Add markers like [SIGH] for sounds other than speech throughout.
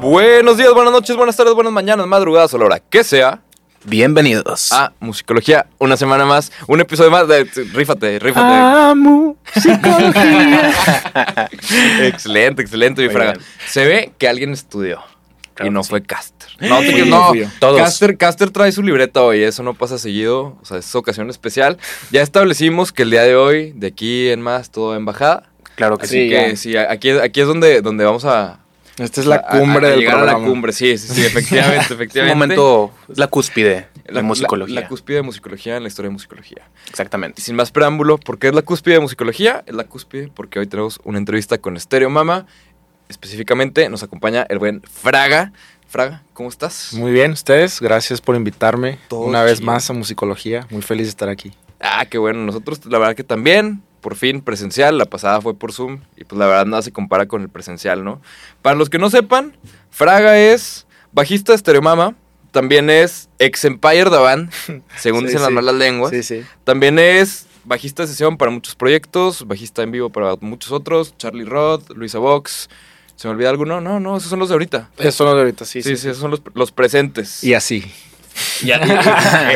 Buenos días, buenas noches, buenas tardes, buenas mañanas, madrugadas o la hora que sea. Bienvenidos A Musicología, una semana más, un episodio más de Rífate, Rífate. Amu Psicología. [LAUGHS] Excelente, excelente, mi Muy fraga. bien. Se ve que alguien estudió Claro y no que sí. fue Caster. [LAUGHS] No, te Fui creas, yo, no, fui yo. Todos. Caster, Caster trae su libreta hoy, eso no pasa seguido, o sea, es ocasión especial. Ya establecimos que el día de hoy, de aquí en más, todo en bajada. claro que Así sí. que sí, aquí, aquí es donde, donde vamos a... Esta es la a- a- cumbre a del llegar a programa. la cumbre, sí, sí, sí, efectivamente, [LAUGHS] Es un efectivamente. momento, es la cúspide La- de La, musicología. la cúspide de musicología en la historia de musicología. Y Exactamente. sin más preámbulo, ¿por qué es la cúspide de musicología? Es la cúspide porque hoy tenemos una entrevista con Stereo Mama. Específicamente nos acompaña el buen Fraga. Fraga, ¿cómo estás? Muy bien, ustedes, gracias por invitarme Todo una vez chido. más a Musicología. Muy feliz de estar aquí. Ah, qué bueno. Nosotros, la verdad que también, por fin, presencial. La pasada fue por Zoom. Y pues la verdad nada se compara con el presencial, ¿no? Para los que no sepan, Fraga es bajista de Stereo Mama. También es ex Empire Davan, [LAUGHS] según Sí, dicen las sí. malas lenguas. sí. También es bajista de sesión para muchos proyectos, bajista en vivo para muchos otros, Charlie Roth, Luisa Vox. ¿Se me olvida alguno? No, no, esos son los de ahorita. Eso no de ahorita, sí, Sí, sí. sí, esos son los, los presentes. Y así. [LAUGHS] Ya,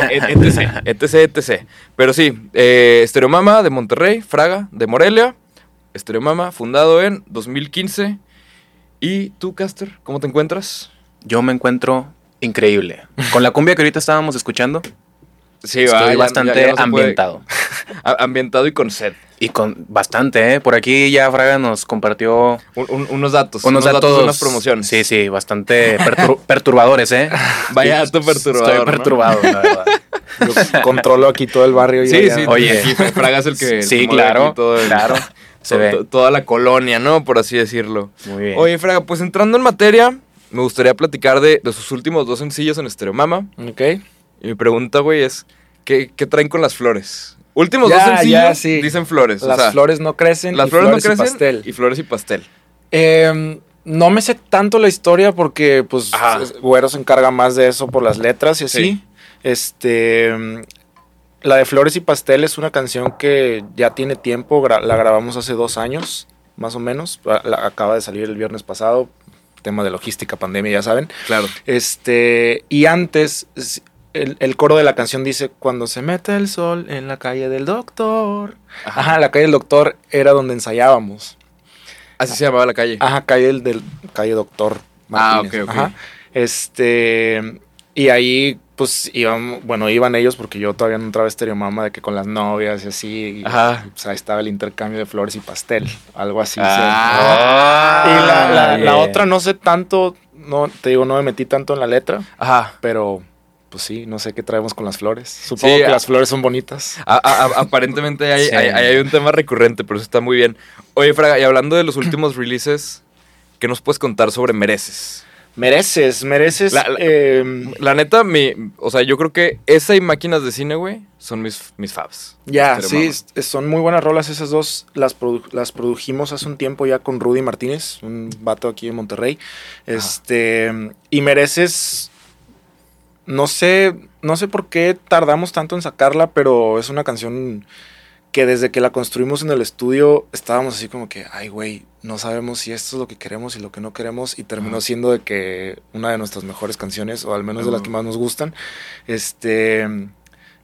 e, etc, etc, etc. Pero sí, eh, Estereomama de Monterrey, Fraga de Morelia. Estereomama, fundado en 2015. ¿Y tú, Caster, cómo te encuentras? Yo me encuentro increíble. Con la cumbia que ahorita estábamos escuchando, [LAUGHS] Sí, estoy bastante ambientado. Ambientado y con sed. Y con bastante, ¿eh? Por aquí ya Fraga nos compartió Un- un- unos datos. unos datos. unas promociones. Sí, sí, bastante pertur- [LAUGHS] perturbadores, ¿eh? Vaya dato perturbador, ¿no? Estoy perturbado, la verdad. [LAUGHS] Yo controlo aquí todo el barrio. y Sí, allá. sí. Oye. aquí Fraga es el que. el sí, que mueve claro. aquí todo el- [LAUGHS] Claro. Se to- to- ve. Toda la colonia, ¿no? Por así decirlo. Muy bien. Oye, Fraga, pues entrando en materia, me gustaría platicar de, de sus últimos dos sencillos en Estereomama. Ok. Y mi pregunta, güey, es: ¿qué, qué traen con las flores? Últimos Ya, dos sencillos ya, sí. dicen flores. o Las sea, flores no crecen. Las y flores, flores y no crecen. pastel. Y flores y pastel. Eh, no me sé tanto la historia porque, pues, Ajá. es- Güero se encarga más de eso por las letras y así. Sí. Este. mm, La de Flores y Pastel es una canción que ya tiene tiempo. gra- la grabamos hace dos años, más o menos. La- la- acaba de salir el viernes pasado. Tema de logística, pandemia, ya saben. Claro. Este, y antes, es- el, el coro de la canción dice, cuando se mete el sol en la calle del doctor. Ajá. Ajá, la calle del doctor era donde ensayábamos. Así se llamaba la calle. Ajá, calle del, del- calle Doctor Martínez. Ah, ok, ok. Ajá. Este, y ahí pues iban, bueno, iban ellos porque yo todavía no entraba a Stereo Mama de que con las novias y así, y, Ajá. pues ahí estaba el intercambio de flores y pastel, algo así. Ah. sí. Y la, la- Eh, la bien. otra no sé tanto, no te digo, no me metí tanto en la letra, Ajá. pero pues sí, no sé qué traemos con las flores. Supongo que ah. las flores son bonitas. A- a- a- aparentemente hay, Sí. hay- hay un tema recurrente, pero eso está muy bien. Oye, Fraga, y hablando [CLEARS THROAT] de los últimos releases, ¿qué nos puedes contar sobre Mereces? Mereces, mereces. La- la- em, La neta, mi, o sea, yo creo que esa y máquinas de cine, güey, son mis, mis faves. Ya, Pero sí, mamá. es- son muy buenas rolas esas dos. Las, produ- las produjimos hace un tiempo ya con Rudy Martínez, un vato aquí en Monterrey. Este, y mereces. No sé, no sé por qué tardamos tanto en sacarla, pero es una canción que desde que la construimos en el estudio estábamos así como que, ay, güey, no sabemos si esto es lo que queremos y lo que no queremos. Y terminó Ajá. siendo de que una de nuestras mejores canciones, o al menos de las Ajá. que más nos gustan. Este.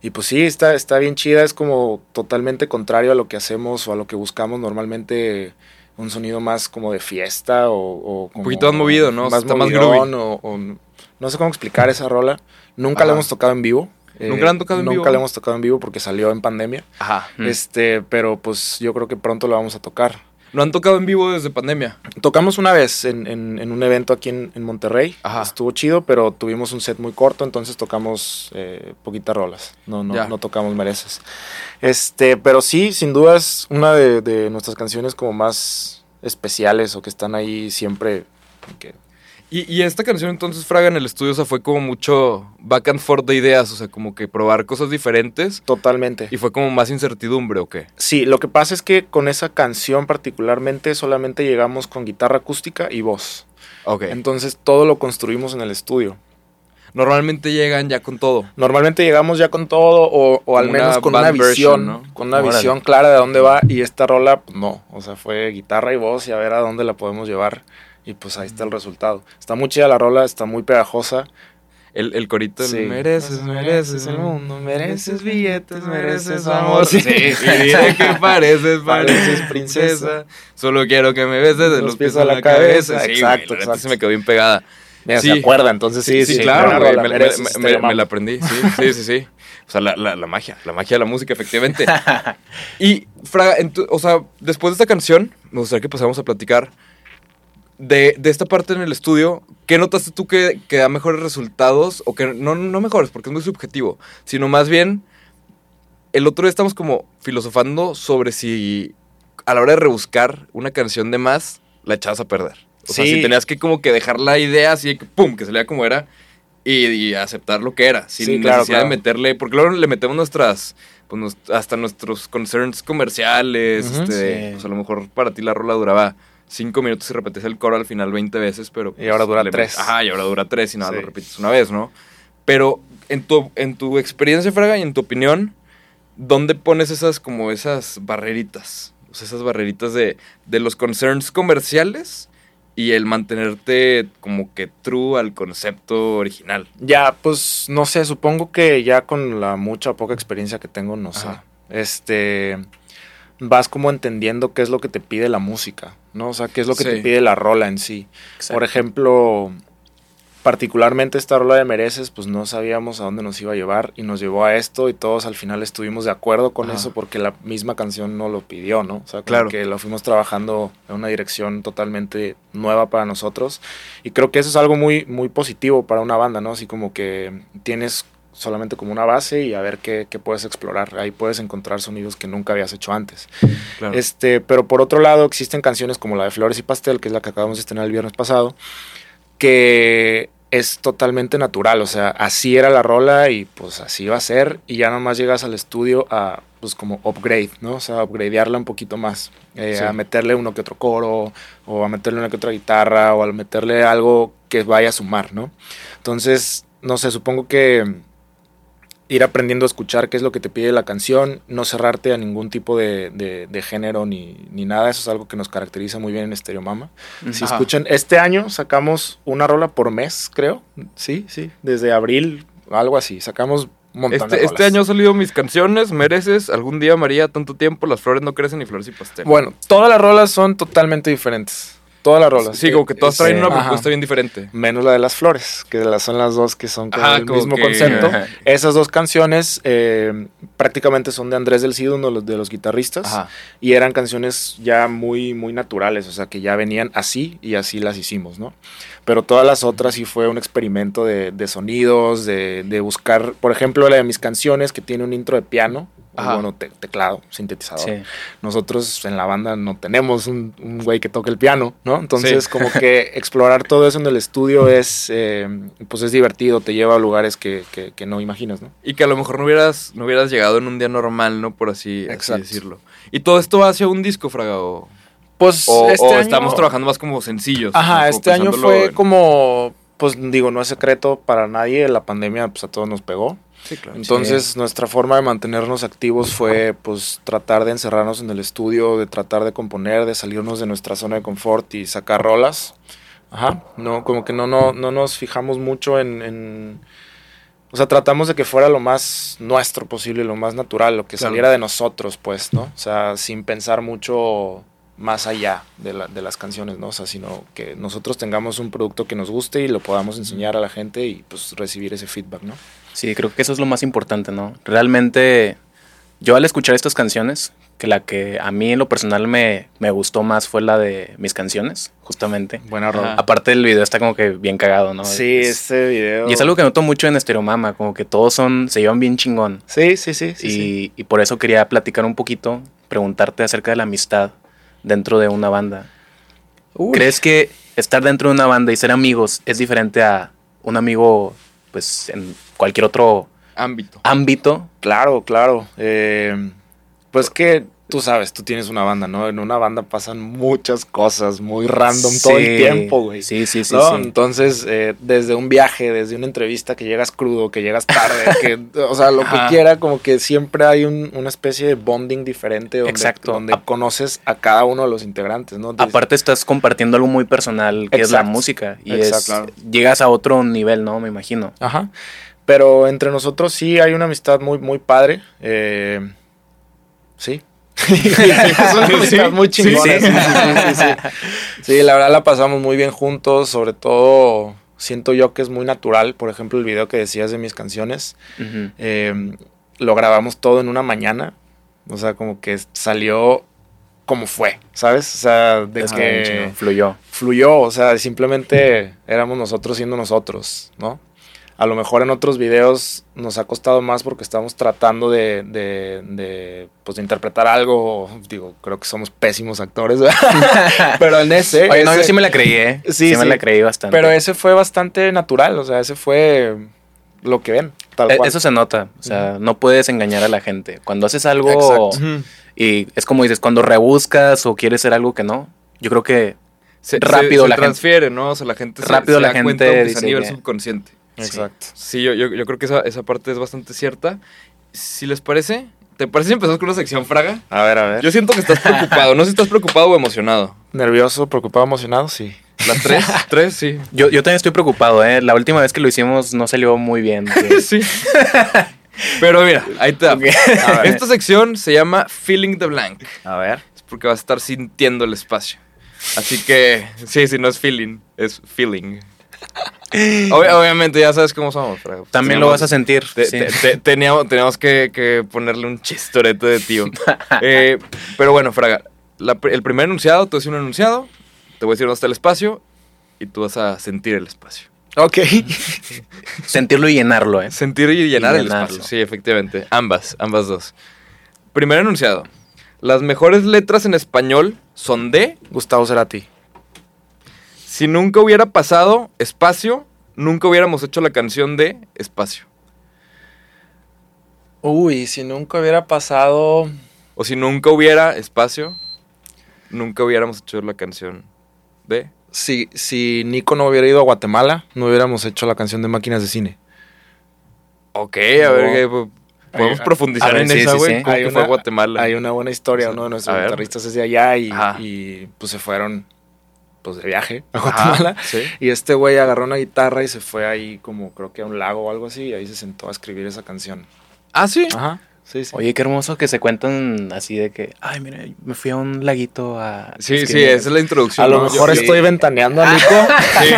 Y pues sí, está, está bien chida, es como totalmente contrario a lo que hacemos o a lo que buscamos normalmente, un sonido más como de fiesta o... o como poquito más movido, ¿no? Más Está más movidón o, o no sé cómo explicar esa rola. Nunca la Ajá. hemos tocado en vivo. Eh, ¿Nunca la han tocado en vivo? Nunca la hemos tocado en vivo porque salió en pandemia. Ajá. Mm. Este, pero pues yo creo que pronto la vamos a tocar. No han tocado en vivo desde pandemia. Tocamos una vez en, en- en un evento aquí en, en Monterrey. Ajá. Estuvo chido, pero tuvimos un set muy corto, entonces tocamos eh, poquitas rolas. No, Ya. no, no tocamos mereces. Este, pero sí, sin duda es una de, de nuestras canciones como más especiales o que están ahí siempre. que- Y, y esta canción entonces, Fraga, en el estudio, o sea, fue como mucho back and forth de ideas, o sea, como que probar cosas diferentes totalmente. y fue como más incertidumbre o qué. Sí, lo que pasa es que con esa canción particularmente solamente llegamos con guitarra acústica y voz. Ok. Entonces todo lo construimos en el estudio. Normalmente llegan ya con todo. Normalmente llegamos ya con todo o, o al Como menos una con una band version, visión, ¿no? con una Órale. visión clara de dónde va y esta rola pues, no, o sea, fue guitarra y voz y a ver a dónde la podemos llevar Y pues ahí está el resultado. Está muy chida la rola, está muy pegajosa. El, el corito el Sí. mereces, mereces el mundo, mereces billetes, mereces amor. Sí. Sí, [LAUGHS] y diré que [LAUGHS] pareces, pareces Pareces princesa. princesa. Solo quiero que me beses de los pies a la cabeza. Sí, güey, Exacto, la neta exacto. Se me quedó bien pegada. Mira, Sí. se acuerda, entonces sí, Sí, claro, este güey. la Me, me- mereces, me- te me- me amamos. la aprendí. Sí, sí, sí, sí. O sea, la, la- la magia, la magia de la música, [LAUGHS] efectivamente. Y, Fraga, en tu- o sea, después de esta canción, me gustaría que pasáramos a platicar de, de esta parte en el estudio. ¿Qué notaste tú que, que da mejores resultados? O que no, no mejores, porque es muy subjetivo, sino más bien, el otro día estamos como filosofando sobre si a la hora de rebuscar una canción de más, la echabas a perder. O sea, Sí. si tenías que como que dejar la idea así, de que pum, que se lea como era y, y aceptar lo que era, sin Sí, claro, necesidad claro. de meterle, porque luego le metemos nuestras, pues, nos- hasta nuestros concerns comerciales, Ujú, este, sí. pues a lo mejor para ti la rola duraba cinco minutos y repetías el coro al final 20 veces, pero... pues, Y ahora dura le- tres. Ajá, Ah, y ahora dura tres y nada, Sí. lo repites una vez, ¿no? Pero en tu, en tu experiencia, Fraga, y en tu opinión, ¿dónde pones esas como esas barreritas? O sea, esas barreritas de, de los concerns comerciales y el mantenerte como que true al concepto original. Ya, pues no sé, supongo que ya con la mucha o poca experiencia que tengo, no sé. Ajá. Este vas como entendiendo qué es lo que te pide la música, ¿no? O sea, qué es lo que Sí. te pide la rola en sí. Por ejemplo, particularmente esta rola de Mereces, pues no sabíamos a dónde nos iba a llevar y nos llevó a esto y todos al final estuvimos de acuerdo con Ajá. eso porque la misma canción no lo pidió, ¿no? O sea, Claro. claro. que lo fuimos trabajando en una dirección totalmente nueva para nosotros y creo que eso es algo muy, muy positivo para una banda, ¿no? Así como que tienes solamente como una base y a ver qué, qué puedes explorar. Ahí puedes encontrar sonidos que nunca habías hecho antes. Claro. Este, pero por otro lado, existen canciones como la de Flores y Pastel, que es la que acabamos de estrenar el viernes pasado, que es totalmente natural. O sea, así era la rola y pues así va a ser. Y ya nomás llegas al estudio a, pues como upgrade, ¿no? O sea, upgradearla un poquito más. eh, Sí. A meterle uno que otro coro, o a meterle una que otra guitarra, o a meterle algo que vaya a sumar, ¿no? Entonces, no sé, supongo que ir aprendiendo a escuchar qué es lo que te pide la canción, no cerrarte a ningún tipo de, de- de género ni, ni nada, eso es algo que nos caracteriza muy bien en Stereo Mama. Si Ajá. escuchan, este año sacamos una rola por mes, creo, sí, sí, desde abril, algo así, sacamos un montón de Este, este rolas. año han salido mis canciones, mereces, algún día María, tanto tiempo, las flores no crecen y flores y pastel. Bueno, todas las rolas son totalmente diferentes, todas las rolas. sí, como que todas Este, traen una ajá. propuesta bien diferente. menos la de las flores, que las- son las dos que son como Ajá, el como mismo que- concepto. ajá. Esas dos canciones eh, prácticamente son de Andrés del Cid, uno de los, de los guitarristas, Ajá. y eran canciones ya muy, muy naturales, o sea, que ya venían así y así las hicimos, ¿no? Pero todas las otras sí fue un experimento de, de sonidos, de, de buscar, por ejemplo, la de mis canciones que tiene un intro de piano, o Ajá. bueno, te- teclado, sintetizador Sí. nosotros en la banda no tenemos un, un güey que toque el piano, ¿no? Entonces, como que explorar todo eso en el estudio es, eh, pues es divertido, te lleva a lugares que, que- que no imaginas, ¿no? Y que a lo mejor no hubieras, no hubieras llegado en un día normal, ¿no? Por así, así Exacto. decirlo. Y todo esto va hacia un disco, Fraga, o, Pues o- este o estamos trabajando más como sencillos. ¿no? Como Ajá, este año pensándolo fue en- como, pues digo, no es secreto para nadie, la pandemia pues a todos nos pegó. Sí, claro. Entonces, nuestra forma de mantenernos activos fue pues tratar de encerrarnos en el estudio, de tratar de componer, de salirnos de nuestra zona de confort y sacar rolas. Ajá, no, como que no, no, no nos fijamos mucho en, en- O sea, tratamos de que fuera lo más nuestro posible, lo más natural, lo que Claro. saliera de nosotros, pues, ¿no? O sea, sin pensar mucho más allá de, la- de las canciones, ¿no? O sea, sino que nosotros tengamos un producto que nos guste y lo podamos enseñar a la gente y pues recibir ese feedback, ¿no? Sí, creo que eso es lo más importante, ¿no? Realmente, yo al escuchar estas canciones, que la que a mí en lo personal me, me gustó más fue la de mis canciones, justamente. Buena rola. Ajá. Aparte el video está como que bien cagado, ¿no? Sí, Es- este video. Y es algo que noto mucho en Estereomama, como que todos son, se llevan bien chingón. Sí, sí, sí. sí, y, sí. y por eso quería platicar un poquito, preguntarte acerca de la amistad dentro de una banda. ¿Crees que estar dentro de una banda y ser amigos es diferente a un amigo, pues, en cualquier otro ámbito. ámbito? Claro, claro. eh, pues que Tú sabes, tú tienes una banda, ¿no? En una banda pasan muchas cosas muy random todo el Sí, tiempo, güey. Sí, sí, sí. ¿no? sí. Entonces, eh, desde un viaje, desde una entrevista que llegas crudo, que llegas [LAUGHS] tarde, que, o sea, lo Ajá. que quiera, como que siempre hay un- una especie de bonding diferente donde, Exacto. donde Ap- conoces a cada uno de los integrantes, ¿no? Dices, Aparte estás compartiendo algo muy personal que es la Exacto. música y Exacto, es claro. llegas a otro nivel, ¿no? Me imagino. Ajá. Pero entre nosotros sí hay una amistad muy, muy padre. eh, sí. [LAUGHS] [LAUGHS] es una amistad muy chingona. sí, sí, sí, sí. Sí, la verdad la pasamos muy bien juntos. Sobre todo, siento yo que es muy natural. Por ejemplo, el video que decías de mis canciones. Ujú. eh, lo grabamos todo en una mañana. O sea, como que salió como fue, ¿sabes? O sea, de Es que bien chingón, fluyó. fluyó, o sea, simplemente éramos nosotros siendo nosotros, ¿no? A lo mejor en otros videos nos ha costado más porque estamos tratando de, de- de, pues, de interpretar algo, digo, creo que somos pésimos actores, [LAUGHS] pero en ese... Oye, no, yo ese- sí me la creí, ¿eh? Sí, Sí, me sí. la creí bastante. Pero ese fue bastante natural, o sea, ese fue lo que ven, tal E- cual. Eso se nota, o sea, no puedes engañar a la gente. Cuando haces algo Exacto. Ujú. y es como dices, cuando rebuscas o quieres hacer algo que no, yo creo que Se, Rápido se- se la gente. transfiere, ¿no? O sea, la gente se- Rápido se la da gente cuenta aunque sea dice a nivel que- subconsciente. Exacto. Sí, yo, yo, yo creo que esa, esa parte es bastante cierta. Si les parece, ¿te parece si empezamos con una sección fraga? A ver, a ver. Yo siento que estás preocupado. No sé si estás preocupado o emocionado. nervioso, preocupado, emocionado, sí. Las [LAUGHS] tres, tres, sí. yo, yo también estoy preocupado, ¿eh? La última vez que lo hicimos no salió muy bien. [LAUGHS] que- Sí. Pero mira, ahí te da. Ok. [LAUGHS] A ver. Esta sección se llama Filling the Blank. A ver. Es porque vas a estar sintiendo el espacio. Así que, sí, sí, no es feeling, es feeling. Ob- obviamente ya sabes cómo somos. Fraga. Pues También lo teníamos- vas a sentir. te- sí. te- te- teníamos teníamos que, que ponerle un chistorete de [LAUGHS] tío. Eh, pero bueno, Fraga, la pr- el primer enunciado, tú vas a decir un enunciado, te voy a decir dónde está el espacio y tú vas a sentir el espacio. Ok. [LAUGHS] Sentirlo y llenarlo, ¿eh? Sentir y llenar Y el llenarlo. espacio. Sí, efectivamente. Ambas, ambas dos. Primer enunciado. Las mejores letras en español son de... Gustavo Cerati. Si nunca hubiera pasado espacio, nunca hubiéramos hecho la canción de espacio. Uy, si nunca hubiera pasado... O si nunca hubiera espacio, nunca hubiéramos hecho la canción de... si, si Nico no hubiera ido a Guatemala, no hubiéramos hecho la canción de máquinas de cine. Ok, a No. ver, que, po- podemos Hay- profundizar a ver, en sí, esa, sí, güey. sí. ¿Cómo Hay que una- fue a Guatemala? Hay una buena historia, uno de A nuestros ver. guitarristas es de allá y, Ajá. y, pues se fueron pues de viaje a Ajá, Guatemala. sí. Y este güey agarró una guitarra y se fue ahí como creo que a un lago o algo así y ahí se sentó a escribir esa canción. Ah, sí. Ajá. Sí, sí. Oye, qué hermoso que se cuentan así de que, ay, mira, me fui a un laguito a... Sí, sí, escribir". esa es la introducción. a lo ¿no? mejor Sí. estoy [LAUGHS] ventaneando a Nico. Sí.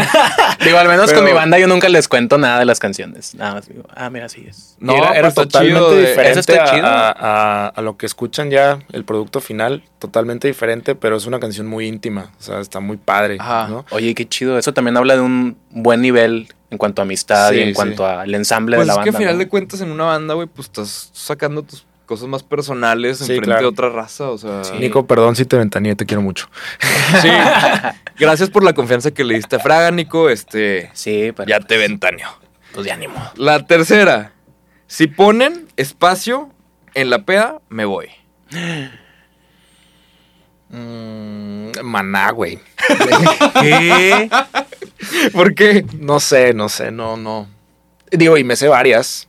Digo, al menos Pero- con mi banda yo nunca les cuento nada de las canciones. Nada más digo, ah, mira, así es. No, Y era, pero era está totalmente chido, eh. diferente Eso está a, chido. a- a- a lo que escuchan ya el producto final, totalmente diferente, pero es una canción muy íntima, o sea, está muy padre, Ajá. ¿no? Oye, qué chido. Eso también habla de un buen nivel en cuanto a amistad y Sí, en sí. cuanto al ensamble Pues de la es que banda. al final ¿no? de cuentas en una banda, güey, pues estás sacando tus cosas más personales Sí, enfrente claro. de otra raza, o sea... Sí. Nico, perdón si te ventaneé, te quiero mucho. [LAUGHS] Sí. Gracias por la confianza que le diste a Fraga, Nico. Este, Sí, pero ya te ventaneó. pues de ánimo. La tercera. Si ponen espacio en la peda, me voy. [LAUGHS] Mm, [LAUGHS] maná, güey. ¿Qué? ¿Por qué? No sé, no sé, no, no. Digo, y me sé varias,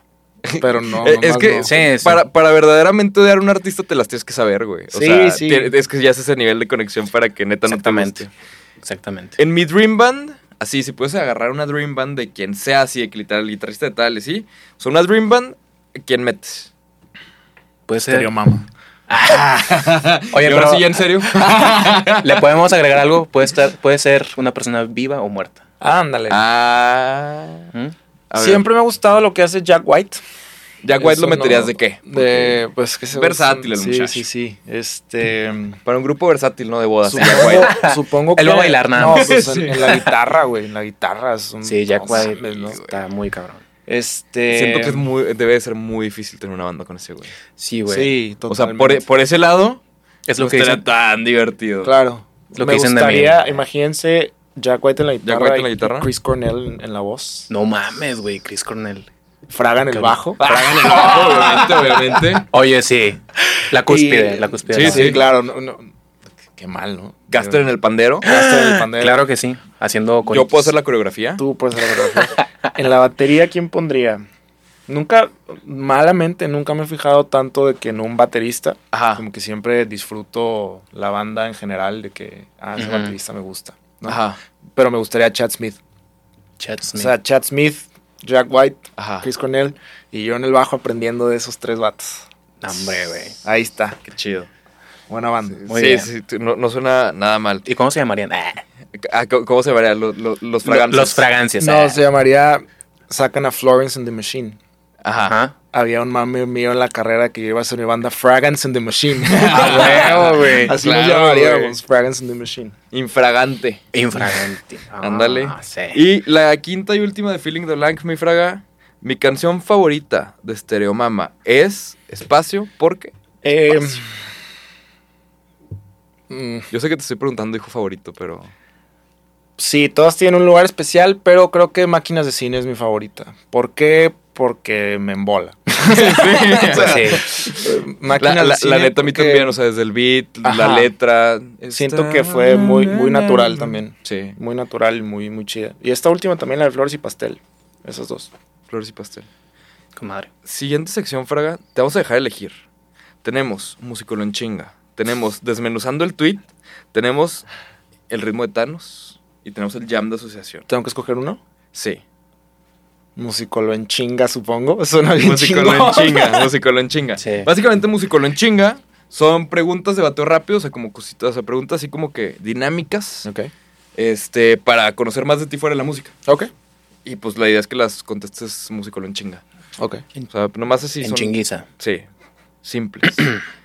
pero no. Eh, es nomás que no. Sí, sí. Para, para verdaderamente odiar a un artista te las tienes que saber, güey. O Sí, sea, sí. tie- es que ya es ese nivel de conexión para que neta no te Exactamente. guste. Exactamente. En mi Dream Band, así, si puedes agarrar una Dream Band de quien sea, así, de que literal, el guitarrista de tal, y sí. O sea, una Dream Band, ¿quién metes? Puede ser. Stereo Mama. Y Oye, ahora pero sí, ya en serio. [LAUGHS] le podemos agregar algo. Puede estar, puede ser una persona viva o muerta. Ándale. ah. ¿Mm? a ver. Siempre me ha gustado lo que hace Jack White. Jack White Eso lo meterías no- de qué? De, pues que se Versátil el sí, muchacho. Sí, sí, Este. Para un grupo versátil, ¿no? De bodas. Jack Supongo, White. supongo que. Él va a bailar nada No, más. pues en- Sí. en, la guitarra, güey. En la guitarra. es un- Sí, Jack no White mames, ¿no? está muy cabrón. [LAUGHS] Este. Siento Eh, que es muy, debe de ser muy difícil tener una banda con ese güey. Sí, güey. Sí, O sea, totalmente. por, e- por ese lado, Es no lo que estaría dicen. tan divertido. Claro. Lo me que dicen de mí. gustaría, imagínense Jack White en la guitarra. White en la y guitarra. Chris Cornell en, en la voz. No mames, güey, Chris Cornell. Fraga en el bajo. Fraga en el bajo, obviamente, [LAUGHS] obviamente. Oye, sí. La cúspide, Y- la cúspide. Sí, de la sí. banda. claro. no- no- Qué mal, ¿no? Gaster en el pandero. Gaster en el pandero. Claro que sí. Haciendo con. Yo puedo hacer la coreografía. Tú puedes hacer la coreografía. en la batería, ¿quién pondría? Nunca, malamente, nunca me he fijado tanto de que en un baterista. Ajá. Como que siempre disfruto la banda en general, de que, ah, ese Ujú. baterista me gusta. ¿no? Ajá. Pero me gustaría Chad Smith. Chad O Smith. sea, Chad Smith, Jack White, Ajá. Chris Cornell y yo en el bajo aprendiendo de esos tres vatos. Hombre, güey. Ahí está. Qué chido. Buena banda. Muy sí, bien. sí, tú- no, no suena nada mal. ¿Y cómo se llamarían? Ah, Ah, ¿cómo- ¿Cómo se varía? Los, los, los fragancias. Los fragancias. No, ah. se llamaría Sacan a Florence and the Machine. [LAUGHS] Ajá. Ajá. Había un mami mío en la carrera que yo iba a hacer mi banda Fragance and [LAUGHS] the Machine. A huevo, güey. [LAUGHS] Así nos Ah, Claro, llamaríamos, Fragance and the Machine. Infragante. Infragante. Ah, Ándale. sí. Y la quinta y última de Feeling the Blank, mi fraga. Mi canción favorita de Stereomama es Espacio, porque Eh, mm, yo sé que te estoy preguntando hijo favorito, pero sí, todas tienen un lugar especial, pero creo que Máquinas de Cine es mi favorita. ¿Por qué? Porque me embola. Pues sí. [LAUGHS] la, Máquinas la- de la Cine neta a mí porque también, o sea, desde el beat, la Ajá. letra. Siento que fue muy, muy natural también. Sí, Muy natural y muy, muy chida. Y esta última también, la de Flores y Pastel. Esas dos. flores y pastel. Comadre. Siguiente sección, Fraga, te vamos a dejar elegir. Tenemos Músicolo en chinga, tenemos Desmenuzando el tweet, tenemos El ritmo de Thanos y tenemos el jam de asociación. ¿Tengo que escoger uno? Sí. Musicolo en chinga, supongo. [LAUGHS] Suena bien Musicolo en chingón. chinga, [LAUGHS] musicolo en chinga. Sí. Básicamente, musicolo en chinga son preguntas de bateo rápido, o sea, como cositas, o sea, preguntas así como que dinámicas, Ok. este, para conocer más de ti fuera de la música. Ok. Y pues la idea es que las contestes musicolo en chinga. Ok. O sea, nomás así en son. chinguiza. Sí, simples.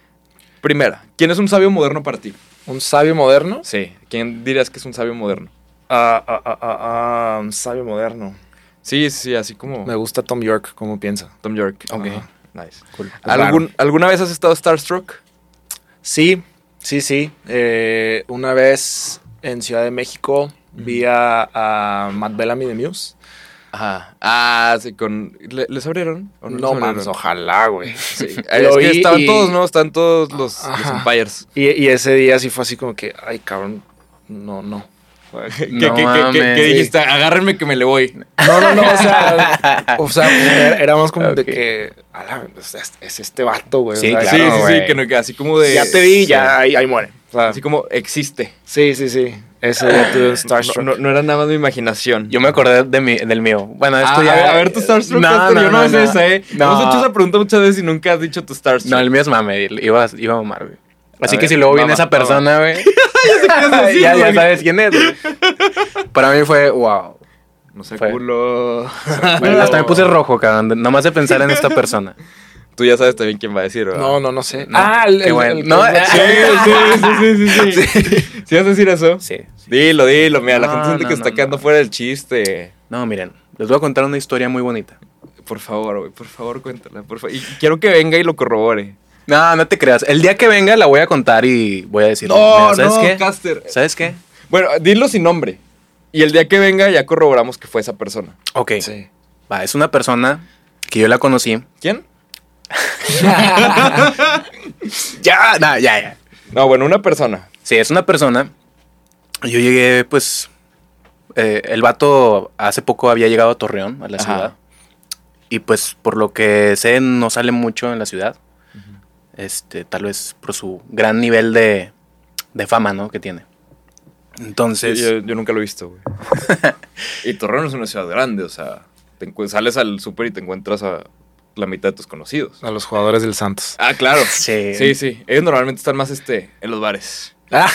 [CLEARS THROAT] Primera, ¿quién es un sabio moderno para ti? ¿Un sabio moderno? Sí, ¿quién dirías que es un sabio moderno? Ah, ah, ah, ah, ah, un sabio moderno. Sí, sí, así como Me gusta Tom York, como piensa. Tom York. Ok. Ajá, Nice. Cool. ¿Algún- ¿Alguna vez has estado starstruck? Sí, sí, sí. Eh, una vez en Ciudad de México vi a, a Matt Bellamy de Muse. Ajá. Ah, sí, con. ¿le- ¿Les abrieron? ¿O les No, abrieron? mames, ojalá, [LAUGHS] güey. Sí. Es Lo que vi estaban y- todos, ¿no? Están todos los, los Ajá. umpires. Y, y ese día sí fue así como que, ay, cabrón, no, [LAUGHS] no. ¿Qué, No qué- qué- qué- mames. qué dijiste? Agárrenme que me le voy. No, no, no, [LAUGHS] o [LAUGHS] sea, o sea era- éramos como Ok. de que, a la- o sea, es, es este vato, güey. Sí, o sea, sí, claro, sí, sí. güey. Que no, que así como de. Ya te vi, ya ahí, ahí muere. O sea, Así como existe. sí, sí, sí. Ese día tuve un Starstruck. No, no- no era nada más mi imaginación. Yo me acordé de mi, del mío. Bueno, esto Ah, ya. a, ver, a ver, tu Starstruck. No, Castor, no, yo no, no, es no. esa, ¿eh? No. Hemos hecho esa pregunta muchas veces y nunca has dicho tu Starstruck. [LAUGHS] No, el mío es mame. Iba, iba a mamar, güey. Así A que ver, si luego viene mama, esa persona, güey. quieres decir, ya, ya güey. sabes quién es. güey. Para mí fue wow. No sé, Fue. culo. Bueno, hasta me puse rojo, cabrón. de- Nomás de pensar en esta persona. Tú ya sabes también quién va a decir, ¿verdad? No, no, no sé. No, ah, el, qué el- bueno. el- No, el- eh, Sí, [LAUGHS] sí, sí, sí, sí. sí. ¿Sí [LAUGHS] vas a decir eso? Sí. Dilo, dilo. Mira, la No, gente siente no, que está no, quedando no. fuera del chiste. No, miren. Les voy a contar una historia muy bonita. Por favor, güey, por favor, cuéntala. Por fa- Y quiero que venga y lo corrobore. No, no te creas. El día que venga la voy a contar y voy a decir. mira, ¿Sabes qué? Caster. ¿Sabes qué? Bueno, dilo sin nombre. Y el día que venga ya corroboramos que fue esa persona. Ok. Sí. Va, es una persona que yo la conocí. ¿Quién? Ya, no, ya, ya. No, bueno, una persona. Sí, es una persona. Yo llegué, pues. eh, el vato hace poco había llegado a Torreón, a la Ajá. ciudad. Y pues, por lo que sé, no sale mucho en la ciudad. Este, tal vez por su gran nivel de, de fama, ¿no? Que tiene. Entonces. Yo, yo nunca lo he visto, [LAUGHS] güey. y Torreón es una ciudad grande, o sea, te encu- sales al súper y te encuentras a la mitad de tus conocidos. A los jugadores del [LAUGHS] Santos. Ah, claro. Sí. Sí, sí. Ellos normalmente están más este, en los bares. Ah.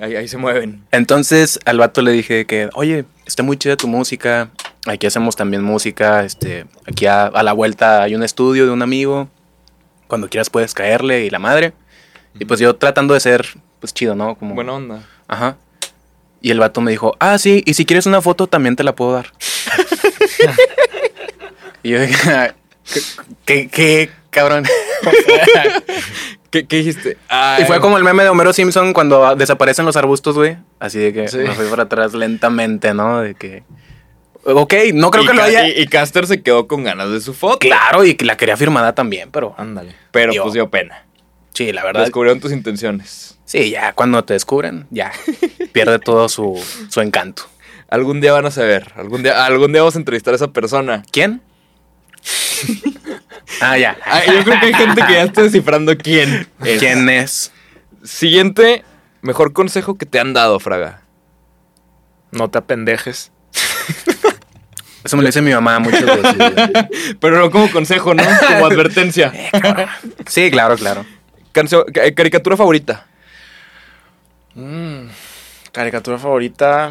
Ahí, ahí se mueven. Entonces al vato le dije que, oye, está muy chida tu música, aquí hacemos también música, este, aquí a, a la vuelta hay un estudio de un amigo, cuando quieras puedes caerle y la madre. Y pues yo tratando de ser, pues chido, ¿no? Como, Buena onda. Ajá. Y el vato me dijo, ah, sí, y si quieres una foto también te la puedo dar. [LAUGHS] y yo dije, "Ah, ¿qué, qué, qué cabrón? ¿Qué, qué dijiste? Ay, Y fue como el meme de Homero Simpson ah, cuando desaparecen los arbustos, güey. Así de que Sí. me fui para atrás lentamente, ¿no? De que Ok, no creo y que lo Ca- haya. Y, y Caster se quedó con ganas de su foto. Claro, y que la quería firmada también, pero. Ándale. Pero Dio. pues dio pena. Sí, la verdad. Descubrieron tus intenciones. Sí, ya cuando te descubren, ya. Pierde todo su, su encanto. Algún día van a saber. Algún día, algún día vamos a entrevistar a esa persona. [LAUGHS] ¿Quién? Ah, ya. Ah, yo creo que hay gente que ya está descifrando quién. es. ¿Quién es? Siguiente, mejor consejo que te han dado, Fraga. No te apendejes. Eso me lo dice mi mamá muchas [LAUGHS] veces. güey. Pero no como consejo, ¿no? Como advertencia. Sí, claro, claro. Cancio- ca- eh, caricatura favorita. Mm, Caricatura favorita.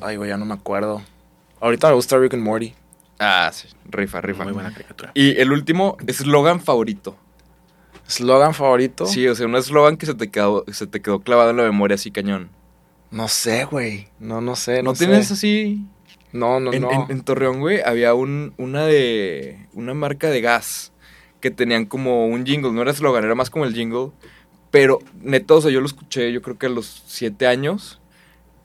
Ay, güey, ya no me acuerdo. Ahorita me gusta Rick and Morty. Ah, sí. Rifa, rifa. Muy buena caricatura. Y el último, eslogan favorito. ¿Slogan favorito? Sí, o sea, un eslogan que se te quedó, se te quedó clavado en la memoria así cañón. No sé, güey. No, no sé. ¿No, Eh, No, tienes sé. así? No, no, en, no. en- en Torreón, güey, había un, una de. una marca de gas que tenían como un jingle. No era eslogan, era más como el jingle. Pero neto, o sea, yo lo escuché, yo creo que a los siete años.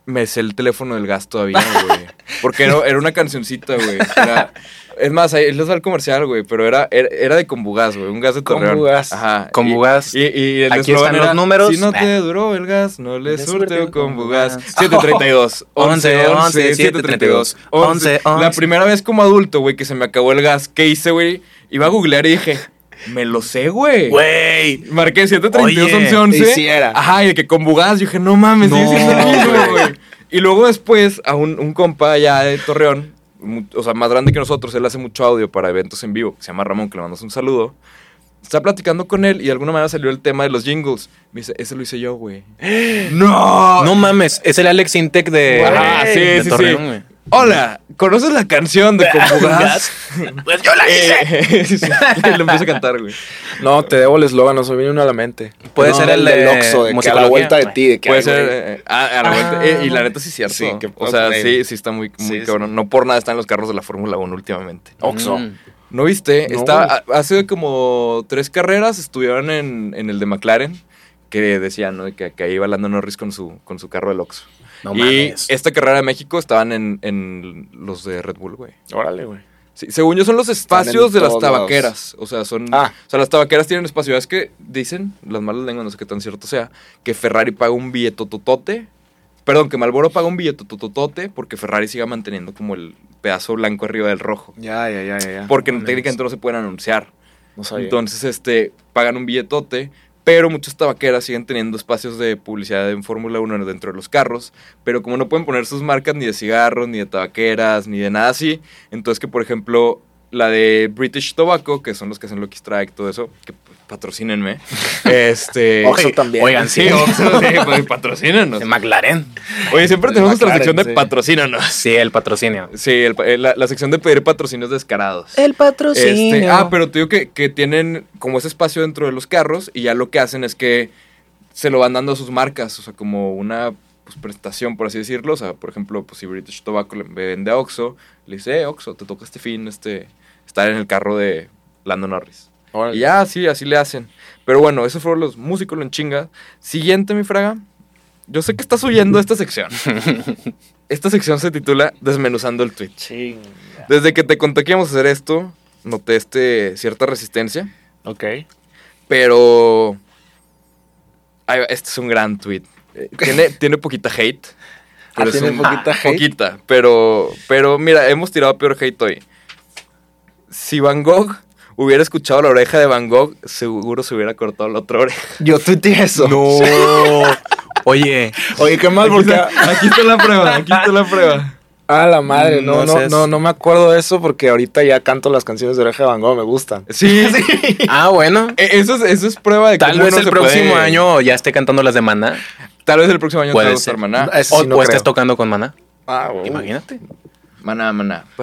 Me sé el teléfono del gas [LAUGHS] todavía, güey. Porque era, era una cancioncita, güey. Era- es más, ahí les da el comercial, güey. Pero era, era, era de Combugas, güey. Un gas de Torreón. Combugas. Ajá. Con Y- Bugas. Y, y el Aquí eslogan están los era, números. Eh. Si no Nah. te duró el gas, no le Le surteo surteo con con bugas. bugas. [LAUGHS] 732. 11, 11, 732. 732, 11. 11, 11. La primera vez como adulto, güey, que se me acabó el gas, ¿qué hice, güey? Iba a googlear y dije, me lo sé, güey. Güey. Marqué 732, Oye, 11, 11. y sí era. Ajá, y de que con bugas, yo dije, no mames, sí, No, sí, es lo mismo, güey. güey. Y luego después, a un, un compa ya de Torreón, mu- o sea, más grande que nosotros, él hace mucho audio para eventos en vivo, que se llama Ramón, que le mandas un saludo. Estaba platicando con él y de alguna manera salió el tema de los jingles. Me dice, ese lo hice yo, güey. ¡No! No mames, es el Alex Intec de, Ajá, de- sí, de sí, Torreón, sí. güey. Hola, ¿conoces la canción de Conjugas? Pues yo la Eh, [LAUGHS] sí, sí, le empiezo a cantar, güey. No, te debo el eslogan, no se me viene uno a la mente. Puede No, ser el del de Oxxo, de que a la musicología. vuelta de ti, de que Puede ay, ser. güey. eh, ah, a la vuelta. Ah. Eh, y la neta sí es cierto. Sí, que- o sea, ok. sí, sí está muy, muy Sí, cabrón. No por nada están los carros de la Fórmula 1 últimamente. Oxxo. Mm. ¿No viste? No. Está, ha- hace como tres carreras estuvieron en, en el de McLaren, que decían ¿no? que, que ahí iba Lando Norris con su, con su carro del Oxxo. No y mames. esta carrera de México estaban en, en los de Red Bull, eh, güey. Órale, güey. Sí, según yo son los Están espacios en de las todos lados. tabaqueras. O sea, son. Ah. O sea, las tabaqueras tienen espacio. Es que dicen, las malas lenguas, no sé qué tan cierto sea, que Ferrari paga un billetototote. Perdón, que Malboro paga un billetototote porque Ferrari siga manteniendo como el pedazo blanco arriba del rojo. Ya, ya, ya, ya. ya. Porque Mames. técnicamente no se pueden anunciar. No sabía. Entonces, este, pagan un billetote, pero muchas tabaqueras siguen teniendo espacios de publicidad en Fórmula 1 dentro de los carros, pero como no pueden poner sus marcas ni de cigarros, ni de tabaqueras, ni de nada así, entonces que, por ejemplo, la de British Tobacco, que son los que hacen Lucky Strike, todo eso, que pues, patrocínenme, [LAUGHS] este... Oxxo también. eh, Oigan, Sí, Oxxo, sí, pues, patrocínenos. El McLaren. Oye, siempre El tenemos nuestra McLaren, sección de sí. patrocínanos. Sí, el [LAUGHS] patrocinio. Sí, el pa- eh, la, la sección de pedir patrocinios descarados. El patrocinio. Este, ah, pero te digo que, que tienen como ese espacio dentro de los carros y ya lo que hacen es que se lo van dando a sus marcas, o sea, como una pues, prestación, por así decirlo. O sea, por ejemplo, pues, si British Tobacco le vende a Oxxo, le dice, eh, Oxxo, te toca este fin este, estar en el carro de Lando Norris. Órale. Y ya, así, así le hacen. Pero bueno, esos fueron los músicos, lo en chinga. Siguiente, mi fraga. Yo sé que estás huyendo de esta sección. Esta sección se titula Desmenuzando el Twitch. Ching. Desde que te conté que íbamos a hacer esto, noté este, cierta resistencia, Ok. pero ahí va, este es un gran tweet. [LAUGHS] Eh, Tiene, tiene poquita hate. Ah, tiene un- poquita hate. Poquita, pero, pero mira, hemos tirado peor hate hoy. Si Van Gogh hubiera escuchado la oreja de Van Gogh, seguro se hubiera cortado la otra oreja. Yo tuiteé eso. No. [LAUGHS] Oye, Oye, qué mal, Oh, Aquí porque. está, aquí está la prueba, aquí está la prueba. Ah, la madre, no, No no, no, seas- no, me acuerdo de eso porque ahorita ya canto las canciones de Oreja de Van Gogh, me gustan. Sí, [LAUGHS] sí. ah, bueno. Eh, Eso es, eso es prueba de Tal cómo vez no el se puede- próximo año ya esté cantando las de Maná. Tal vez el próximo año Puede te gusta, ser. hermana. Ah, eso o sí no o creo. estés tocando con Maná. Ah, wow. Imagínate. Maná, maná. [LAUGHS]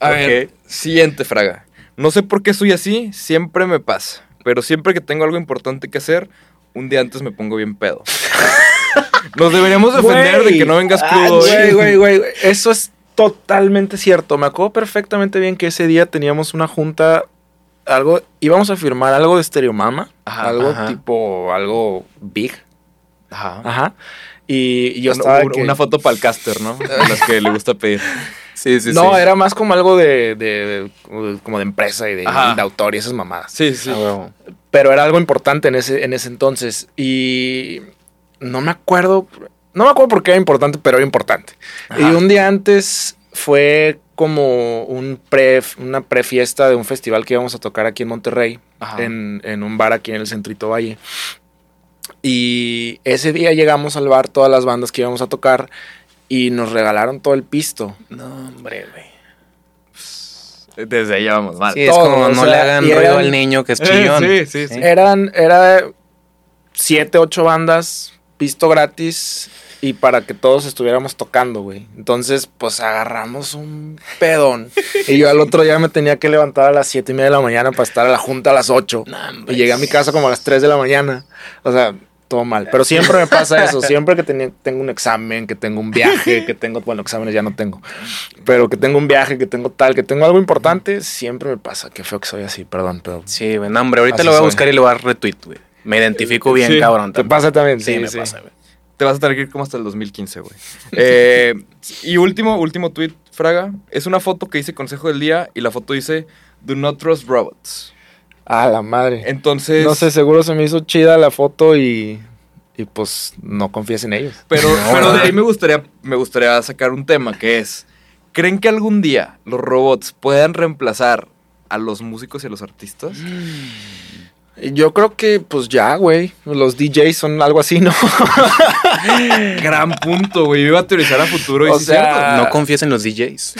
A ver, siguiente fraga. No sé por qué soy así, siempre me pasa. Pero siempre que tengo algo importante que hacer, un día antes me pongo bien pedo. [LAUGHS] Nos deberíamos defender de que no vengas Güey, crudo. ah, ¿eh? Güey, güey, güey, güey. Eso es totalmente cierto. Me acuerdo perfectamente bien que ese día teníamos una junta, algo, íbamos a firmar algo de Estereomama, Ajá, algo ajá. tipo, algo big. Ajá. Ajá. Y y yo Bueno, estaba un- que- Una foto para el caster, ¿no? Las que le gusta pedir. Sí, sí, no, sí. era más como algo de, de- como de empresa y de, Ajá. de autor y esas mamadas. Sí, sí. Ah, huevo. Pero era algo importante en ese, en ese entonces. Y no me acuerdo. No me acuerdo por qué era importante, pero era importante. Ajá. Y un día antes fue como un pre, una prefiesta de un festival que íbamos a tocar aquí en Monterrey, Ajá. en, en un bar aquí en el Centrito Valle. Y ese día llegamos al bar todas las bandas que íbamos a tocar y nos regalaron todo el pisto. No, hombre, güey. Desde ahí ya vamos mal. Sí, es todo, como o no sea, le hagan y ruido eran- al niño que es Eh, chillón. sí, sí, sí. Eran, era siete, ocho bandas, pisto gratis y para que todos estuviéramos tocando, güey. Entonces, pues agarramos un [LAUGHS] pedón. y yo al otro día me tenía que levantar a las siete y media de la mañana para estar a la junta a las ocho. No, hombre. Y llegué a mi casa como a las 3 de la mañana. O sea, todo mal. Pero siempre me pasa eso. Siempre que tenía- tengo un examen, que tengo un viaje, que tengo, bueno, exámenes ya no tengo. Pero que tengo un viaje, que tengo tal, que tengo algo importante, siempre me pasa. Qué feo que soy así, perdón, pero... Sí, güey. No, hombre, ahorita Así lo voy a soy. buscar y lo voy a retweet, güey. Me identifico bien, Sí, cabrón. ¿Te también. pasa también? Sí, me pasa, güey. Te vas a tener que ir como hasta el 2015, güey. [LAUGHS] Eh, y último, último tweet, Fraga. Es una foto que dice consejo del día y la foto dice Do not trust robots. A la madre. Entonces, No sé, seguro se me hizo chida la foto y, y pues no confíes en ellos. pero, No, pero de ¿verdad? ahí me gustaría, me gustaría sacar un tema que es, ¿creen que algún día los robots puedan reemplazar a los músicos y a los [GASPS] artistas? Yo creo que pues ya, güey. Los DJs son algo así, ¿no? [LAUGHS] Gran punto, güey. Yo iba a teorizar a futuro y O sí, sea, ¿cierto? No confíes en los DJs.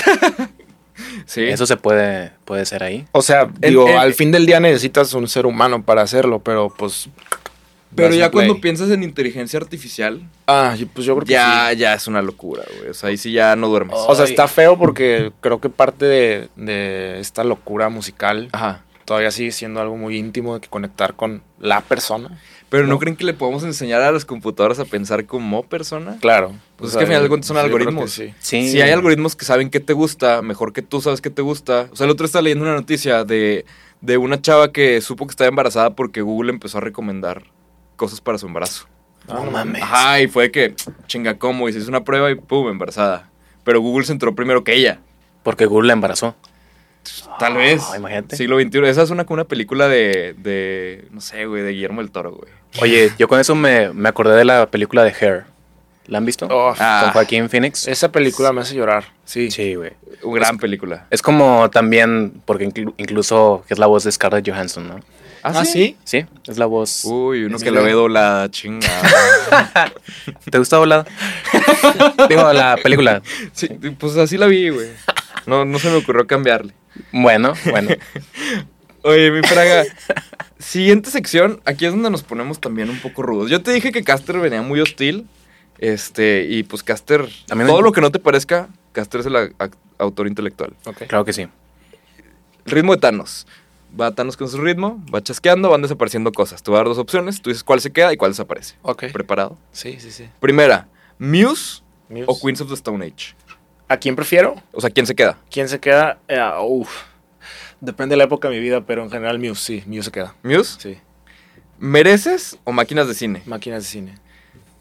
Sí. Eso se puede, puede ser ahí. O sea, En- digo, en- al fin del día necesitas un ser humano para hacerlo, pero pues. Pero das ya un play. cuando piensas en inteligencia artificial, Ah, y pues yo creo que ya, sí. Oh. ya es una locura, güey. O sea, ahí sí ya no duermes. O sea, Ay. está feo porque creo que parte de, de esta locura musical Ajá. todavía sigue siendo algo muy íntimo de que conectar con la persona. Pero ¿no, No. creen que le podemos enseñar a las computadoras a pensar como persona? Claro. Pues es que al final de cuentas son yo creo que algoritmos. sí. Sí. Si hay algoritmos que saben qué te gusta, mejor que tú sabes qué te gusta. O sea, el otro está leyendo una noticia de, de una chava que supo que estaba embarazada porque Google empezó a recomendar cosas para su embarazo. No mames. Ajá, y fue que, chinga, ¿cómo? Y se hizo una prueba y pum, embarazada. Pero Google se entró primero que ella. Porque Google la embarazó. Tal vez. Ah, imagínate. Siglo XXI. Esa es una, una película de, de, no sé, güey, de Guillermo del Toro, güey. Oye, yo con eso me, me acordé de la película de Hair. ¿La han visto? Oh, Ah. Con Joaquín Phoenix. Esa película me hace llorar. Sí. Sí, güey. Gran película. Es como también, porque inclu- incluso que es la voz de Scarlett Johansson, ¿no? ¿Ah, sí? Sí, es la voz. Uy, uno Es que verdad. la ve doblada, chinga. ¿Te gusta volada? Digo, la película. Sí, pues así la vi, güey. No, no se me ocurrió cambiarle. Bueno, bueno. Oye, mi Fraga. Siguiente sección, aquí es donde nos ponemos también un poco rudos. Yo te dije que Caster venía muy hostil. Este, y pues Caster, A mí me- todo lo que no te parezca, Caster es el a- a- autor intelectual. Ok. Claro que sí. El ritmo de Thanos. Va Thanos con su ritmo, va chasqueando, van desapareciendo cosas. Tú vas a dar dos opciones, tú dices cuál se queda y cuál desaparece. Ok. ¿Preparado? Sí, sí, sí. Primera, Muse Muse. o Queens of the Stone Age. ¿A quién prefiero? O sea, ¿quién se queda? ¿Quién se queda? Eh, uf. Depende de la época de mi vida, pero en general Muse, sí, Muse se queda. ¿Muse? Sí. ¿Mereces o máquinas de cine? Máquinas de cine,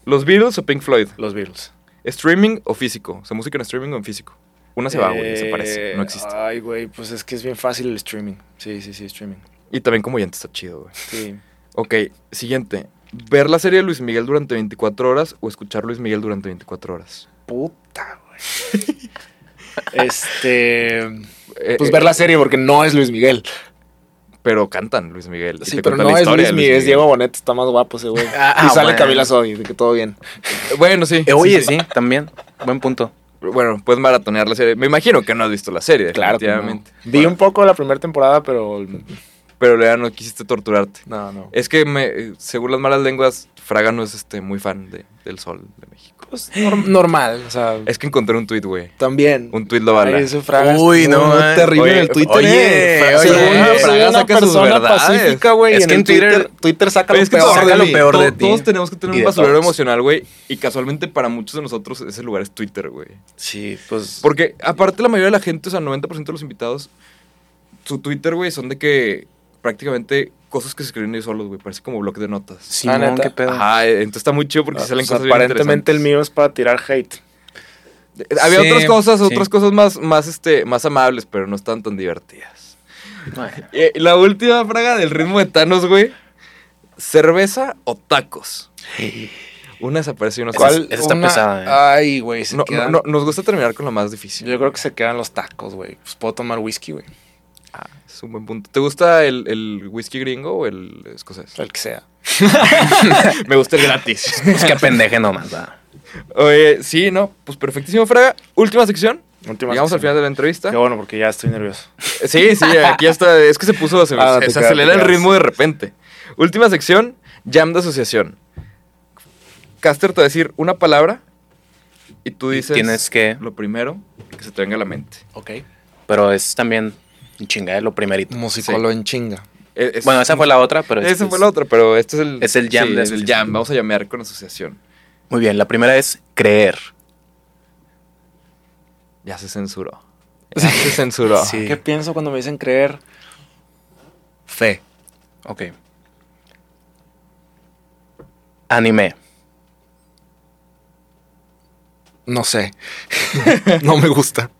¿Los Beatles o Pink Floyd? los Beatles. ¿Streaming o físico? O sea, música en streaming o en físico. Una se va, güey, desaparece, Eh, no existe. Ay, güey, pues es que es bien fácil el streaming. Sí, sí, sí, streaming. Y también como oyente está chido, güey. Sí. Ok, siguiente. ¿Ver la serie de Luis Miguel durante 24 horas o escuchar Luis Miguel durante 24 horas? Puta, [LAUGHS] güey. este. Eh, Pues eh, ver la serie porque no es Luis Miguel. Pero cantan Luis Miguel. y Sí, te pero cuentan no la es historia Luis de Miguel, es Diego Bonet, está más guapo ese güey. Ah, y sale bueno. Camila Sodi, de que todo bien. Eh, Bueno, sí. Eh, oye, sí, también. Buen punto. Bueno, puedes maratonear la serie. Me imagino que no has visto la serie, Claro, que no. definitivamente. Vi un poco la primera temporada, pero. Pero ya no quisiste torturarte. No, no. Es que, me, eh, según las malas lenguas, Fraga no es este, muy fan de, del sol de México. Pues norm- normal, o sea. Es que encontré un tuit, güey. También. Un tuit lo vale. Ay, ese Fraga Uy, es no, muy eh. terrible Oye, en el Twitter. oye, eh. oye, Según oye, yo, soy Fraga una saca sus persona verdades. pacífica, güey. Es y que en Twitter- Twitter saca Pero lo es que peor, todos- saca de lo mí. peor. to- de ti. Todos tenemos que tener Y un de basurero todos. emocional, güey. Y casualmente para muchos de nosotros ese lugar es Twitter, güey. Sí, pues. Porque aparte la mayoría de la gente, o sea, 90% de los invitados, su Twitter, güey, son de que prácticamente cosas que se escriben ellos solos, güey. Parece como bloque de notas. Simón, neta. qué pedo. Ajá, eh, entonces está muy chido porque Ah, se salen o sea, cosas bien aparentemente el interesantes. mío es para tirar hate. Eh, Había Sí, otras cosas, sí. otras cosas más, más, este, más amables, pero no están tan divertidas. [LAUGHS] Bueno, Eh, la última fraga del ritmo de Thanos, güey. ¿Cerveza o [GASPS] tacos? Una desapareció y una se- ¿Cuál? esa está pesada, eh. Ay, güey, se No, no, quedan- no, nos gusta terminar con la más difícil. Yo creo que se quedan los tacos, güey. Pues puedo tomar whisky, güey. Ah, es un buen punto. ¿Te gusta el, el whisky gringo o el escocés? El que sea. Me gusta el gratis. [LAUGHS] es que pendeje nomás, va. Oye, sí, no, pues perfectísimo, Fraga. Última sección. Última Llegamos al sección. final de la entrevista. Qué bueno, porque ya estoy nervioso. Sí, sí, aquí está. Es que se puso, [LAUGHS] se, Ah, se- te se creas, acelera te el creas. ritmo de repente. Última sección, jam de asociación. Caster te va a decir una palabra y tú Y dices tienes que- lo primero que se te venga a la mente. Ok. Pero es también un chingada lo primerito. Musicólogo en chinga. E- es- Bueno, esa fue la otra, pero... Esa este fue es- la otra, pero este es el, es el jam sí, de es el asociación. jam. Vamos a llamear con asociación. Muy bien, la primera es creer. Ya se censuró. Ya se censuró. Sí. ¿Qué pienso cuando me dicen creer? Fe. Ok. Anime. No sé. [LAUGHS] no me gusta.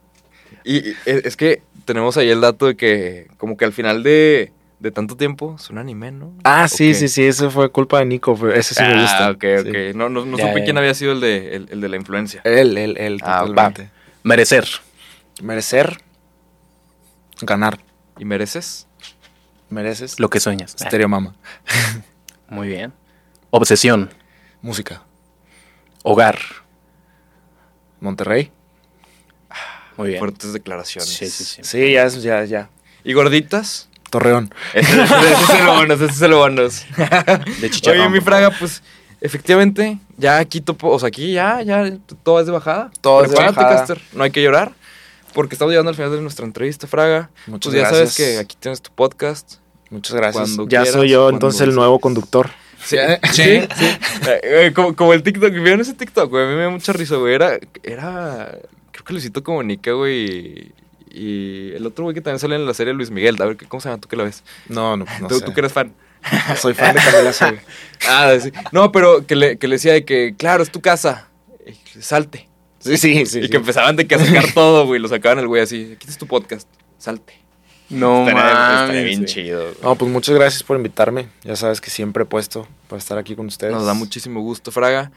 Y, y es es que tenemos ahí el dato de que, como que al final de, de tanto tiempo, es un anime, ¿no? Ah, ¿O sí, qué? sí, sí. Eso fue culpa de Nico. pero Ese sí me gusta. Ah, ok, ok. Sí. No, no, no Ya, supe ya. quién había sido el de, el, el de la influencia. Él, él, él. Ah, Totalmente. Merecer. Merecer. Ganar. ¿Y mereces? Mereces. Lo que sueñas. Este- Ah, Estéreo Mama. Muy bien. Obsesión. Música. Hogar. Monterrey. Muy bien. Fuertes declaraciones. Sí, sí, sí. Sí, ya, es- ya, ya. ¿Y gorditas? Torreón. Ese, ese- ese es el bonus, ese es el [LAUGHS] bonus. De [LAUGHS] chicharrón. Oye, mi por favor. fraga, pues, efectivamente, ya aquí topo, o sea, aquí ya, ya, todo es de bajada. Todo es de Prepárate, bajada. Caster, no hay que llorar, porque estamos llegando al final de nuestra entrevista, fraga. Muchas Pues ya sabes gracias. que aquí tienes tu podcast. Muchas gracias. Cuando ya quieras, soy yo cuando entonces el nuevo conductor. Sí, sí, sí. Eh, eh, como, como el TikTok, ¿vieron ese TikTok, güey? A mí me da mucha risa, güey. Era, era creo que Luisito Comunica, güey. Y el otro güey que también sale en la serie Luis Miguel. A ver, ¿cómo se llama? ¿Tú que la ves? No, no, no ¿Tú, sé. tú que eres fan. [LAUGHS] Soy fan de Camila Sodi. Ah, sí. No, pero que le, que le decía de que, claro, es tu casa. Y que Salte. [LAUGHS] Sí, sí, sí. y que empezaban de que a sacar todo, güey. Lo sacaban el güey así. Aquí es tu podcast. Salte. No Estaría- estaría mames, bien güey. chido. güey. No, pues muchas gracias por invitarme. Ya sabes que siempre he puesto para estar aquí con ustedes. Nos da muchísimo gusto, Fraga.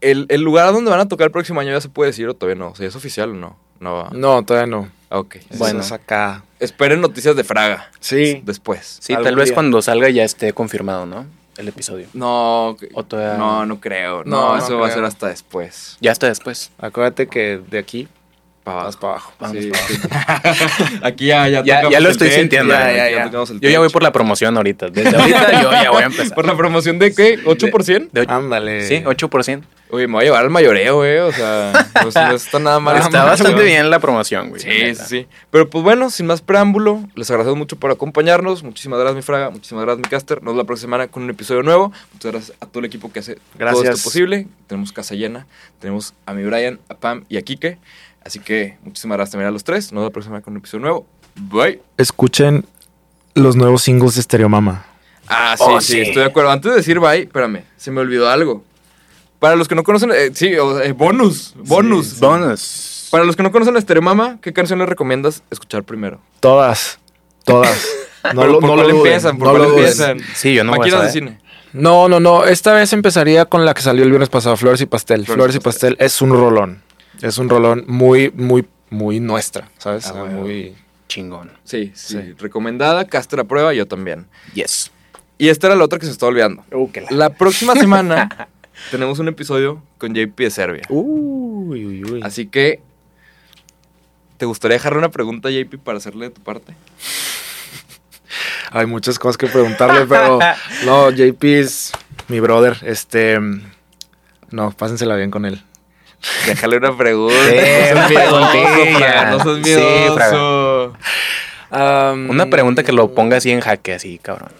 El, el lugar donde van a tocar el próximo año ya se puede decir o todavía no. O sea, ¿es oficial o no? No va. No, todavía no. Ah, Ok. Bueno, Bueno. es acá. Esperen noticias de Fraga Sí. después. Sí, Algún tal vez día. cuando salga ya esté confirmado, ¿no? El episodio. No, O todavía- no, no creo. No, No, no eso va a creo. ser hasta después. Ya está después. Acuérdate que de aquí Pa' vas abajo. para abajo. Vamos, Sí, pa' sí. [LAUGHS] Aquí ya, ya, Ya, tocamos ya lo el estoy techo, sintiendo. ya, eh. ya, ya tocamos el yo ya voy techo. por la promoción ahorita. [LAUGHS] Desde ahorita [LAUGHS] yo ya voy a empezar. ¿Por Ah, la promoción de qué? ¿8%? De ocho- Ándale. sí, 8%. Oye, me voy a llevar al mayoreo, eh. O sea, pues, no está nada mal. [LAUGHS] Está Nada mal, bastante güey. bien la promoción, güey. la Sí, sí, neta. sí. Pero pues bueno, sin más preámbulo, les agradezco mucho por acompañarnos. Muchísimas gracias, mi Fraga. Muchísimas gracias, mi Caster. Nos vemos la próxima semana con un episodio nuevo. Muchas gracias a todo el equipo que hace todo Gracias. esto posible. Tenemos casa llena. Tenemos a mi Brian, a Pam y a Kike. Así que muchísimas gracias también a los tres. Nos vemos la próxima semana con un episodio nuevo. Bye. Escuchen los nuevos singles de Stereo Mama. Ah, sí, Oh, sí, sí. estoy de acuerdo. Antes de decir bye, espérame, se me olvidó algo. Para los que no conocen, eh, sí, o- eh, bonus, bonus. Bonus. Para los que no conocen a Esteremama, ¿qué canción les recomiendas escuchar primero? Todas. [LAUGHS] Todas. No Pero lo, ¿por no cuál lo duden, empiezan? ¿Por no cuál lo duden. empiezan? Sí, yo no voy a Máquinas de saber. cine. No, no, no. Esta vez empezaría con la que salió el viernes pasado, Flores y Pastel. Flores Flores, y y Pastel es un rolón. Es un rolón muy, muy, muy nuestra, ¿sabes? Ah, O sea, bueno. muy... Chingón. Sí, sí, Sí. Recomendada, Caster a prueba, yo también. Yes. Y esta era la otra que se está olvidando. Uh, La [LAUGHS] próxima semana tenemos un episodio con JP de Serbia. Uy, uy, uy. Así que, ¿te gustaría dejarle una pregunta a JP para hacerle de tu parte? Hay muchas cosas que preguntarle, pero no, JP es mi brother. Este, no, pásensela bien con él. Déjale una pregunta. [LAUGHS] Eh, no seas miedoso, una preguntilla. Fran, no seas Sí, miedoso. Mm. Fran. Una pregunta que lo ponga así en jaque, así, cabrón.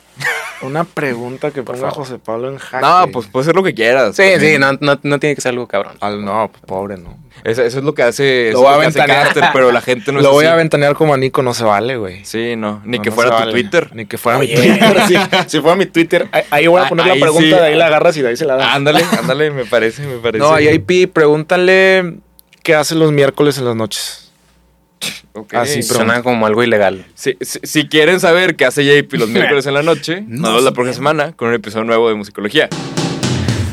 Una pregunta que Por ponga favor. José Pablo en jaque. No, pues puede ser lo que quieras. Sí, sí, no, no, no tiene que ser algo cabrón. Al- no, pues, pobre, no. Eso, eso es lo que hace. eso Lo voy es a que hace ventanear. Carter, pero la gente no es Lo voy así. a ventanear como a Nico, no se vale, güey. Sí, no. Ni No, que no fuera se tu vale. Twitter. Ni que fuera mi Twitter. [LAUGHS] sí. si fuera mi Twitter, ahí, ahí voy a Ah, poner ahí la pregunta, sí. Ah, de ahí la agarras y de ahí se la das. [LAUGHS] Ándale, ándale, me parece, me parece. Ah, no, IIP, pregúntale qué hace los miércoles en las noches. Ok. Ah, sí, pero- Suena como algo ilegal. Si, si- si quieren saber qué hace JP [LAUGHS] los miércoles en la noche, No, nos vemos la próxima semana con un episodio nuevo de [LAUGHS] Musicología.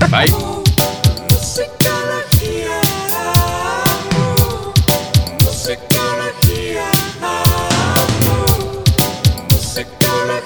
Bye. Musicología. Musicología. Musicología.